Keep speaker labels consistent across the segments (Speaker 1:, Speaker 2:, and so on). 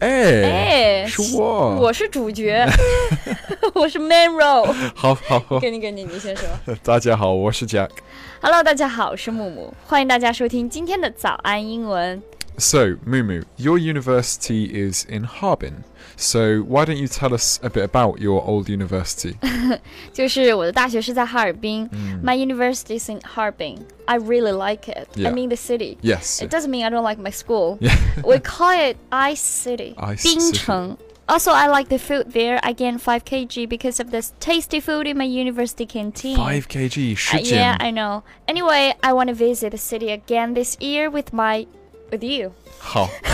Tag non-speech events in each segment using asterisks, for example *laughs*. Speaker 1: 哎，
Speaker 2: 哎，
Speaker 1: 是我， *laughs*
Speaker 2: 我是主角， *laughs* 我是 Man Roll。
Speaker 1: 好好好， *laughs*
Speaker 2: 给你，给你，你先说。
Speaker 1: 大家好，我是 Jack。
Speaker 2: Hello，大家好，我是木木，欢迎大家收听今天的早安英文。
Speaker 1: So, Mumu, your university is in Harbin. So, why don't you tell us a bit about your old
Speaker 2: *laughs*
Speaker 1: university?
Speaker 2: 就是我的大学是在哈尔滨、
Speaker 1: 嗯
Speaker 2: m y university is in Harbin. I really like it. I
Speaker 1: Yeah.
Speaker 2: mean the city.
Speaker 1: Yes.
Speaker 2: It doesn't mean I don't like my school.
Speaker 1: *laughs* Yeah.
Speaker 2: We call it Ice City.
Speaker 1: Ice City.
Speaker 2: 冰城。Also, I like the food there. I gained 5 kg because of this tasty food in my university canteen.
Speaker 1: 5 kg,
Speaker 2: Uh,
Speaker 1: shujin.
Speaker 2: yeah, I know. Anyway, I want to visit the city again this year with my with you.
Speaker 1: How?
Speaker 2: *laughs*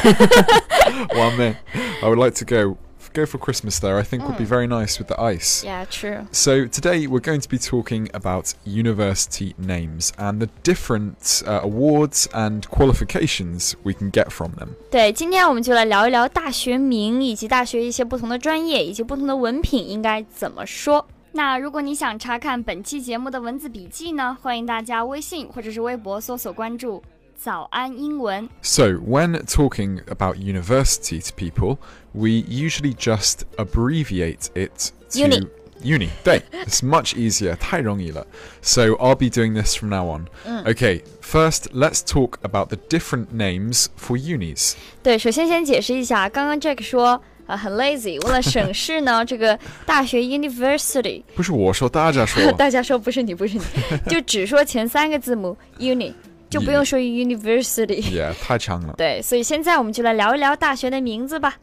Speaker 1: *laughs* One minute. I would like to go go for Christmas there. I think would be very nice with the ice.
Speaker 2: Mm. Yeah, true.
Speaker 1: So today we're going to be talking about university names and the different uh, awards and qualifications we can get from them.
Speaker 2: 对，今天我们就来聊一聊大学名，以及大学一些不同的专业以及不同的文凭应该怎么说。那如果你想查看本期节目的文字笔记呢，欢迎大家微信或者是微博搜索关注“早安英文
Speaker 1: So, when talking about university to people, we usually just abbreviate it to
Speaker 2: Uni.
Speaker 1: Uni. Day. It's much easier. 太容易了. So, I'll be doing this from now on. Okay, first, let's talk about the different names for unis. ”。
Speaker 2: 对，首先先解释一下，刚刚 Jack 说。啊，很 lazy。为了省事呢，这个大学 university
Speaker 1: *laughs* 不是我说，大家说。
Speaker 2: 呃大家说不是你，不是你，就只说前三个字母 uni，就不用说 university。
Speaker 1: yeah, 太长了。
Speaker 2: 对，所以现在我们就来聊一聊大学的名字吧。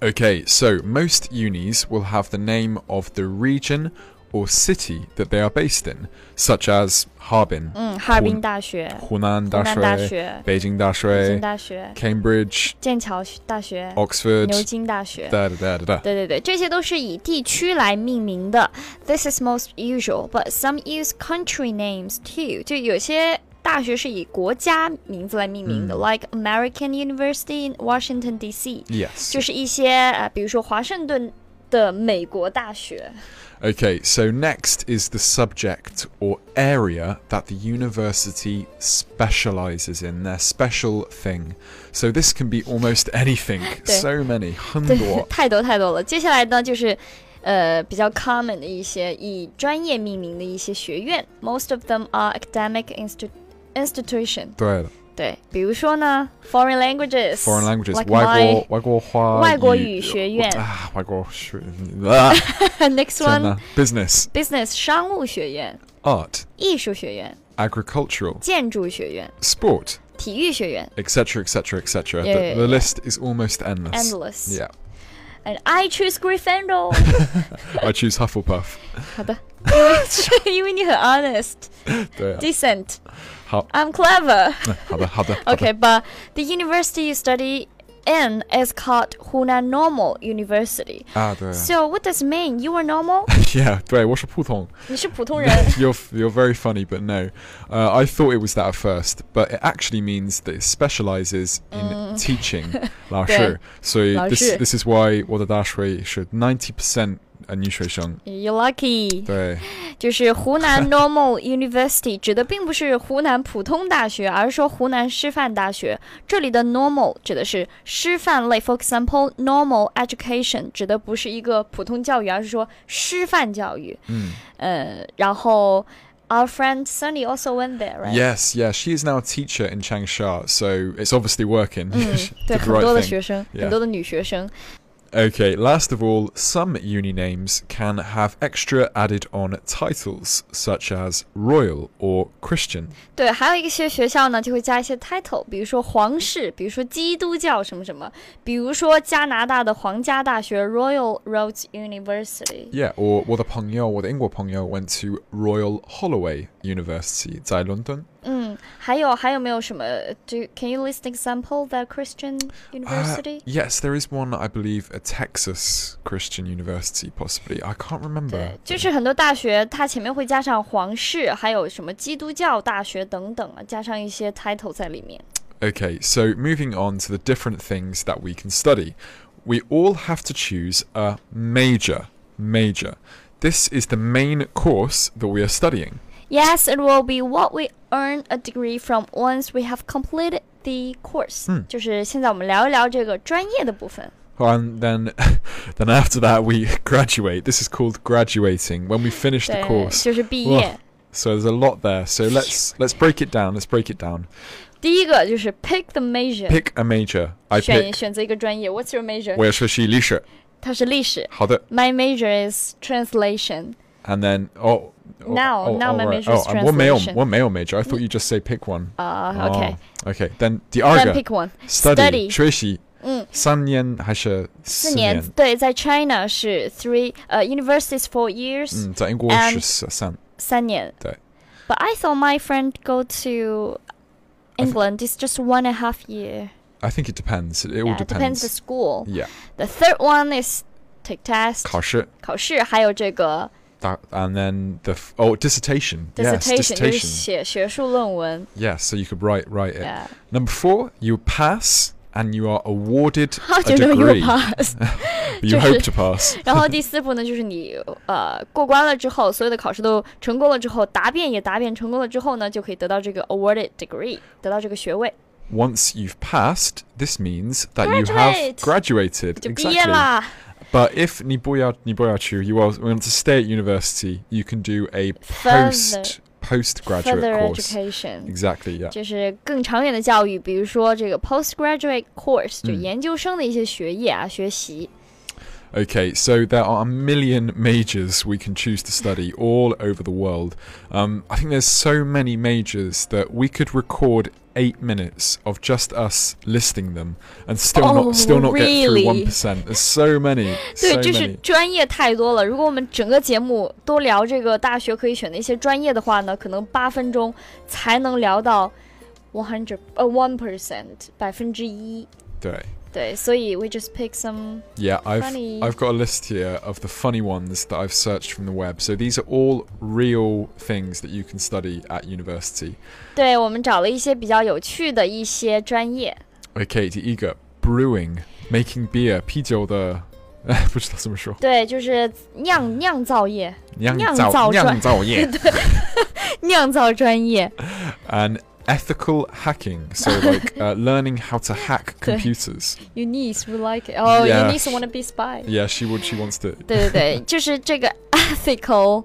Speaker 1: Okay, so most unis will have the name of the region or city that they are based in, such as Harbin,
Speaker 2: 嗯，哈尔滨大学、
Speaker 1: Mm. Hunan
Speaker 2: 湖南大
Speaker 1: Dashui,
Speaker 2: 学、
Speaker 1: Beijing
Speaker 2: 北京
Speaker 1: Dashui,
Speaker 2: 大学、
Speaker 1: Cambridge,
Speaker 2: 剑桥大学、
Speaker 1: Oxford,
Speaker 2: 牛津大学。
Speaker 1: da da da da. da.
Speaker 2: 对对对，这些都是以地区来命名的。This is most usual, but some use country names too. 就有些大学是以国家名字来命名的、l i k e American University in Washington D.C.
Speaker 1: Yes.
Speaker 2: 就是一些呃，比如说华盛顿的美国大学。
Speaker 1: Okay, so next is the subject or area that the university specializes in, their special thing. So this can be almost *laughs* anything. so many.
Speaker 2: *laughs* 对，
Speaker 1: 很多.
Speaker 2: 太多太多了。接下来呢，就是呃比较 common 的一些以专业命名的一些学院，most of them are academic institu institution。
Speaker 1: 对了。
Speaker 2: 对，比如说呢，foreign languages。
Speaker 1: Foreign languages，
Speaker 2: like
Speaker 1: 外国
Speaker 2: my
Speaker 1: 外国花
Speaker 2: 外国语学院。
Speaker 1: Ah, 啊，外国学
Speaker 2: *laughs* next one
Speaker 1: Ah, business
Speaker 2: business 商务学院、
Speaker 1: art
Speaker 2: 艺术学院、
Speaker 1: agricultural
Speaker 2: 建筑学院、
Speaker 1: sport
Speaker 2: 体育学院
Speaker 1: etc etc etc.
Speaker 2: Yeah,
Speaker 1: the,
Speaker 2: yeah, yeah.
Speaker 1: the list is almost endless.
Speaker 2: ，endless。
Speaker 1: Yeah,
Speaker 2: And I choose
Speaker 1: *laughs*
Speaker 2: Gryffindor 。 *laughs*
Speaker 1: I choose Hufflepuff.
Speaker 2: 好的，因为因为你很 honest。decent.
Speaker 1: 好。
Speaker 2: I'm clever.
Speaker 1: 对啊，好的，好的，好的。
Speaker 2: Okay, but the university you study in is called Hunan Normal University.
Speaker 1: 啊，对。
Speaker 2: So what does it mean? You are normal?
Speaker 1: Ah, *laughs* Yeah, 对，我是普通。
Speaker 2: 你是普通人。
Speaker 1: you're you're very funny, but no. Uh, I thought it was that at first, but it actually means that it specializes in
Speaker 2: Mm. *laughs*
Speaker 1: teaching 老师. So this
Speaker 2: 老师。
Speaker 1: this is why 我的大学 should 90%呃女学生
Speaker 2: You're lucky.
Speaker 1: 对
Speaker 2: 就是湖南 Normal University 指的并不是湖南普通大学，而是说湖南师范大学。这里的 Normal 指的是师范类，for example Normal Education 指的不是一个普通教育，而是说师范教育。
Speaker 1: 嗯
Speaker 2: 呃，然后 Our friend Sunny also went there, right?
Speaker 1: Yes, yeah. She is now a teacher in Changsha, so it's obviously working.
Speaker 2: 嗯
Speaker 1: She，
Speaker 2: 对，
Speaker 1: did
Speaker 2: 很
Speaker 1: *laughs* the
Speaker 2: 多的
Speaker 1: right
Speaker 2: 学
Speaker 1: thing.
Speaker 2: 生
Speaker 1: Yeah
Speaker 2: 很多的女学生。
Speaker 1: Okay, last of all, some uni names can have extra added on titles, such as royal or Christian.
Speaker 2: 对，还有一些学校呢，就会加一些 title，比如说皇室，比如说基督教什么什么，比如说加拿大的皇家大学 Royal Roads University。
Speaker 1: Yeah, or 我的朋友，我的英国朋友 went to Royal Holloway University 在 London.
Speaker 2: 嗯，还有还有没有什么？Do you- can you list example the Christian university？、
Speaker 1: Uh, yes, there is one, I believe, a Texas Christian university, possibly. I can't
Speaker 2: 对
Speaker 1: remember.，
Speaker 2: 就是很多大学它前面会加上皇室，还有什么基督教大学等等啊，加上一些 title 在里面。
Speaker 1: Okay, so moving on to the different things that we can study. We all have to choose a major. Major. This is the main course that we are studying.
Speaker 2: Yes, it will be what we earn a degree from once we have completed the course。
Speaker 1: 嗯
Speaker 2: 就是现在我们聊一聊这个专业的部分。
Speaker 1: And then, *laughs* then after that, we *laughs* graduate. This is called graduating when we finish the
Speaker 2: 对，
Speaker 1: course.
Speaker 2: 就是毕
Speaker 1: 哇
Speaker 2: 业。
Speaker 1: So there's a lot there. So let's
Speaker 2: *laughs*
Speaker 1: let's break it down. Let's break it down.
Speaker 2: 第一个就是 pick the major，
Speaker 1: Pick a major. I
Speaker 2: 选
Speaker 1: pick.
Speaker 2: 选择一个专业。What's your major？
Speaker 1: 我要学习历史。
Speaker 2: 它是历史。
Speaker 1: 好的。
Speaker 2: My major is translation。
Speaker 1: And then oh. oh,
Speaker 2: Now-
Speaker 1: oh,
Speaker 2: now
Speaker 1: oh,
Speaker 2: my
Speaker 1: right.
Speaker 2: major is
Speaker 1: oh, and 我没有-
Speaker 2: translation.
Speaker 1: 我没有 major. I thought you just say pick one.
Speaker 2: 啊
Speaker 1: Oh,
Speaker 2: ，OK。
Speaker 1: Okay. Then the
Speaker 2: Then
Speaker 1: Arga
Speaker 2: pick one。
Speaker 1: study
Speaker 2: study. Mm.
Speaker 1: 学习
Speaker 2: 嗯，
Speaker 1: 三年还是
Speaker 2: 四年。对，在 China 是 three，呃，universities four years，And-
Speaker 1: Mm, 嗯，在英国是三。
Speaker 2: 三年。
Speaker 1: 对。
Speaker 2: But I thought my friend go to
Speaker 1: I thi-
Speaker 2: England is just one and a half year.
Speaker 1: I think it depends. It all
Speaker 2: Yeah, depends the school.
Speaker 1: Yeah.
Speaker 2: The third one is take test
Speaker 1: 考试。
Speaker 2: 考试，还有这个
Speaker 1: That, and then the f- oh dissertation.
Speaker 2: dissertation，
Speaker 1: yes,
Speaker 2: 就是
Speaker 1: dissertation.
Speaker 2: 写学术论文。
Speaker 1: Yes, so you could write write it.
Speaker 2: Yeah.
Speaker 1: Number four, you pass and you are awarded
Speaker 2: *laughs* How do
Speaker 1: a
Speaker 2: you know you
Speaker 1: degree.
Speaker 2: pass？ *laughs*
Speaker 1: but you hope to pass.
Speaker 2: 然后第四步呢，就是你呃过关了之后，所有的考试都成功了之后，答辩也答辩成功了之后呢，就可以得到这个 awarded degree，得到这个学位，
Speaker 1: Once you've passed, this means that you
Speaker 2: Graduate.
Speaker 1: have graduated.
Speaker 2: 就毕业啦。
Speaker 1: But if 你不要-你不要去, you are- want to stay at university, you can do a post postgraduate
Speaker 2: Further
Speaker 1: course.
Speaker 2: education。
Speaker 1: Exactly, yeah.
Speaker 2: 就是更长远的教育，比如说这个 postgraduate course，就
Speaker 1: 嗯
Speaker 2: 研究生的一些学业啊、学习。
Speaker 1: Okay, so there are a million majors we can choose to study all over the world. Um, I think there's so many majors that we could record eight minutes of just us listing them and still
Speaker 2: Oh,
Speaker 1: not still not get through
Speaker 2: really?
Speaker 1: one percent. There's so many,
Speaker 2: 对
Speaker 1: so，
Speaker 2: 就是
Speaker 1: many.
Speaker 2: 专业太多了。如果我们整个节目都聊这个大学可以选的一些专业的话呢，可能八分钟才能聊到 one hundred 呃 one percent 百分之一。
Speaker 1: 对。
Speaker 2: 对，所以 we just pick some
Speaker 1: Yeah, I've
Speaker 2: Funny.
Speaker 1: I've got a list here of the funny ones that I've searched from the web. So these are all real things that you can study at university.
Speaker 2: 对。我们找了一些比较有趣的一些专业，
Speaker 1: Okay, 第一个 brewing, making beer, *laughs* 啤酒的不知道怎么说，
Speaker 2: 对，就是酿酿造业、
Speaker 1: 酿造-
Speaker 2: 酿造专- *laughs*
Speaker 1: 酿造业
Speaker 2: 酿造专业。
Speaker 1: and ethical hacking. So like
Speaker 2: *laughs*
Speaker 1: uh, learning how to hack computers.
Speaker 2: Eunice would like it. Oh,
Speaker 1: Yeah.
Speaker 2: Eunice wanna be spy.
Speaker 1: Yeah, she would. She wants to.
Speaker 2: 对对
Speaker 1: *laughs*
Speaker 2: 对，就是这个 ethical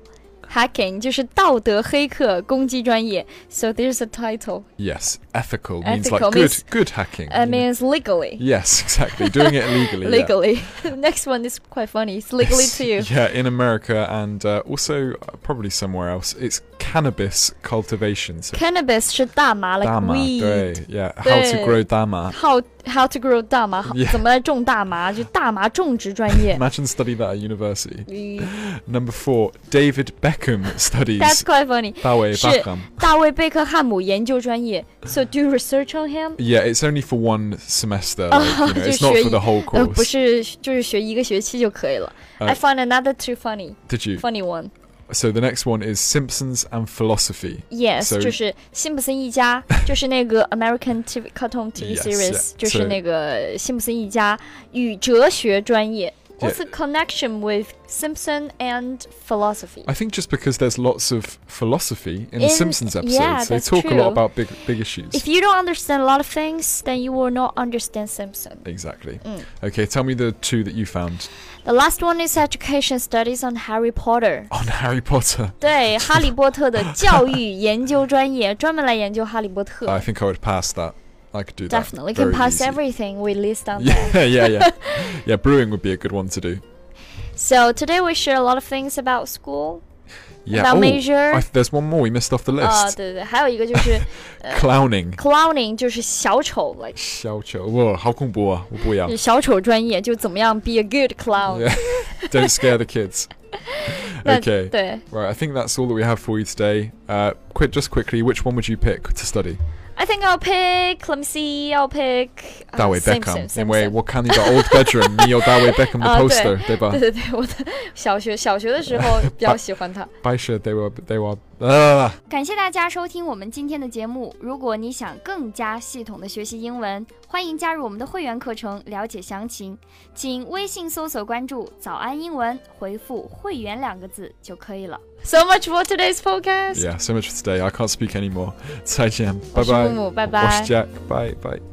Speaker 2: hacking，就是道德黑客攻击专业。So there's a title.
Speaker 1: Yes, ethical means
Speaker 2: Ethical
Speaker 1: like
Speaker 2: means-
Speaker 1: good good hacking.
Speaker 2: It
Speaker 1: you know.
Speaker 2: means legally.
Speaker 1: yes, exactly. Doing it
Speaker 2: *laughs*
Speaker 1: legally. yeah.
Speaker 2: Legally. Next one is quite funny. It's legally
Speaker 1: Yes.
Speaker 2: too.
Speaker 1: *laughs* Yeah, in America and uh, also uh, probably somewhere else. It's cannabis cultivation. So
Speaker 2: Cannabis 是大麻，like
Speaker 1: dama,
Speaker 2: weed.
Speaker 1: 对, yeah, how to
Speaker 2: Yeah.
Speaker 1: grow dama.
Speaker 2: How how to grow 大麻
Speaker 1: Yeah.
Speaker 2: 怎么来种大麻？就大麻种植专业。
Speaker 1: *laughs* Imagine studying that at university.
Speaker 2: 嗯
Speaker 1: Number four, David Beckham *laughs*
Speaker 2: That's
Speaker 1: studies.
Speaker 2: quite funny.
Speaker 1: Dawe
Speaker 2: Shi-
Speaker 1: Beckham.
Speaker 2: 大卫贝克汉姆研究专业。So do you research on him?
Speaker 1: Yeah, it's only for
Speaker 2: *laughs*
Speaker 1: one semester. Like, you know, it's not for the whole
Speaker 2: 呃，不
Speaker 1: course.
Speaker 2: 是，就是学一个学期就可以了。
Speaker 1: 呃
Speaker 2: I found another too funny,
Speaker 1: Did you?
Speaker 2: funny one.
Speaker 1: So the next one is Simpsons and philosophy.
Speaker 2: Yes，、
Speaker 1: So-
Speaker 2: 就是辛普森一家，就是那个 American *laughs* TV cartoon TV
Speaker 1: Yes,
Speaker 2: series，、
Speaker 1: yeah.
Speaker 2: 就是
Speaker 1: So-
Speaker 2: 那个辛普森一家与哲学专业。
Speaker 1: Yeah.
Speaker 2: What's the connection with Simpson and philosophy？
Speaker 1: I think just because there's lots of philosophy in, the
Speaker 2: In-
Speaker 1: Simpsons
Speaker 2: yeah,
Speaker 1: episodes, they
Speaker 2: that's
Speaker 1: talk a
Speaker 2: true.
Speaker 1: lot about big big issues.
Speaker 2: If you don't understand a lot of things, then you will not understand Simpson.
Speaker 1: Exactly.
Speaker 2: Mm.
Speaker 1: Okay, tell me the two that you found
Speaker 2: The last one is education studies on Harry Potter.
Speaker 1: on *laughs* Harry Potter.
Speaker 2: 对，哈利波特的教育研究专业，专门来研究哈利波特。
Speaker 1: I think I would pass that. I could do that.
Speaker 2: Definitely can
Speaker 1: very
Speaker 2: pass
Speaker 1: easy. *laughs*
Speaker 2: everything we list down there.
Speaker 1: Yeah, yeah,
Speaker 2: *laughs*
Speaker 1: yeah. yeah, brewing would be a good one to do.
Speaker 2: So today we share a lot of things about school.
Speaker 1: Yeah.
Speaker 2: About Oh,
Speaker 1: oh,
Speaker 2: measure.
Speaker 1: I th- there's one more we missed off the
Speaker 2: 啊、
Speaker 1: list.
Speaker 2: 对对对，还有一个就是 *laughs*
Speaker 1: Clowning.
Speaker 2: clowning，就是小丑，like
Speaker 1: 小丑，哇，好恐怖啊，我不要。
Speaker 2: 就是小丑专业，就怎么样 be a good clown。 *laughs*
Speaker 1: Yeah. Don't scare the kids.
Speaker 2: 那
Speaker 1: Okay.
Speaker 2: 对
Speaker 1: Right, I think that's all that we have for you today. Uh, quick, just quickly, which one would you pick to study?
Speaker 2: ，I think I'll pick. Let me see. I'll pick.
Speaker 1: 大卫
Speaker 2: Simpson,
Speaker 1: Beckham，
Speaker 2: Simpson
Speaker 1: 因为我看你的 old
Speaker 2: *laughs*
Speaker 1: bedroom，你有大卫 Beckham 的
Speaker 2: 啊对
Speaker 1: poster，、对吧
Speaker 2: 对对对，我的小学小学的时候比较喜欢
Speaker 1: *laughs*
Speaker 2: 他。
Speaker 1: 白雪，they were they were，啊、 *laughs*
Speaker 3: 感谢大家收听我们今天的节目。如果你想更加系统的学习英文，欢迎加入我们的会员课程，了解详情。请微信搜索关注“早安英文”，回复“会员”两个字就可以了。
Speaker 2: So much for today's podcast.
Speaker 1: Yeah, so much for today. I can't speak anymore. 再见，拜
Speaker 2: 我是
Speaker 1: 拜。
Speaker 2: 木木拜
Speaker 1: 我是
Speaker 2: 拜
Speaker 1: Jack，拜拜。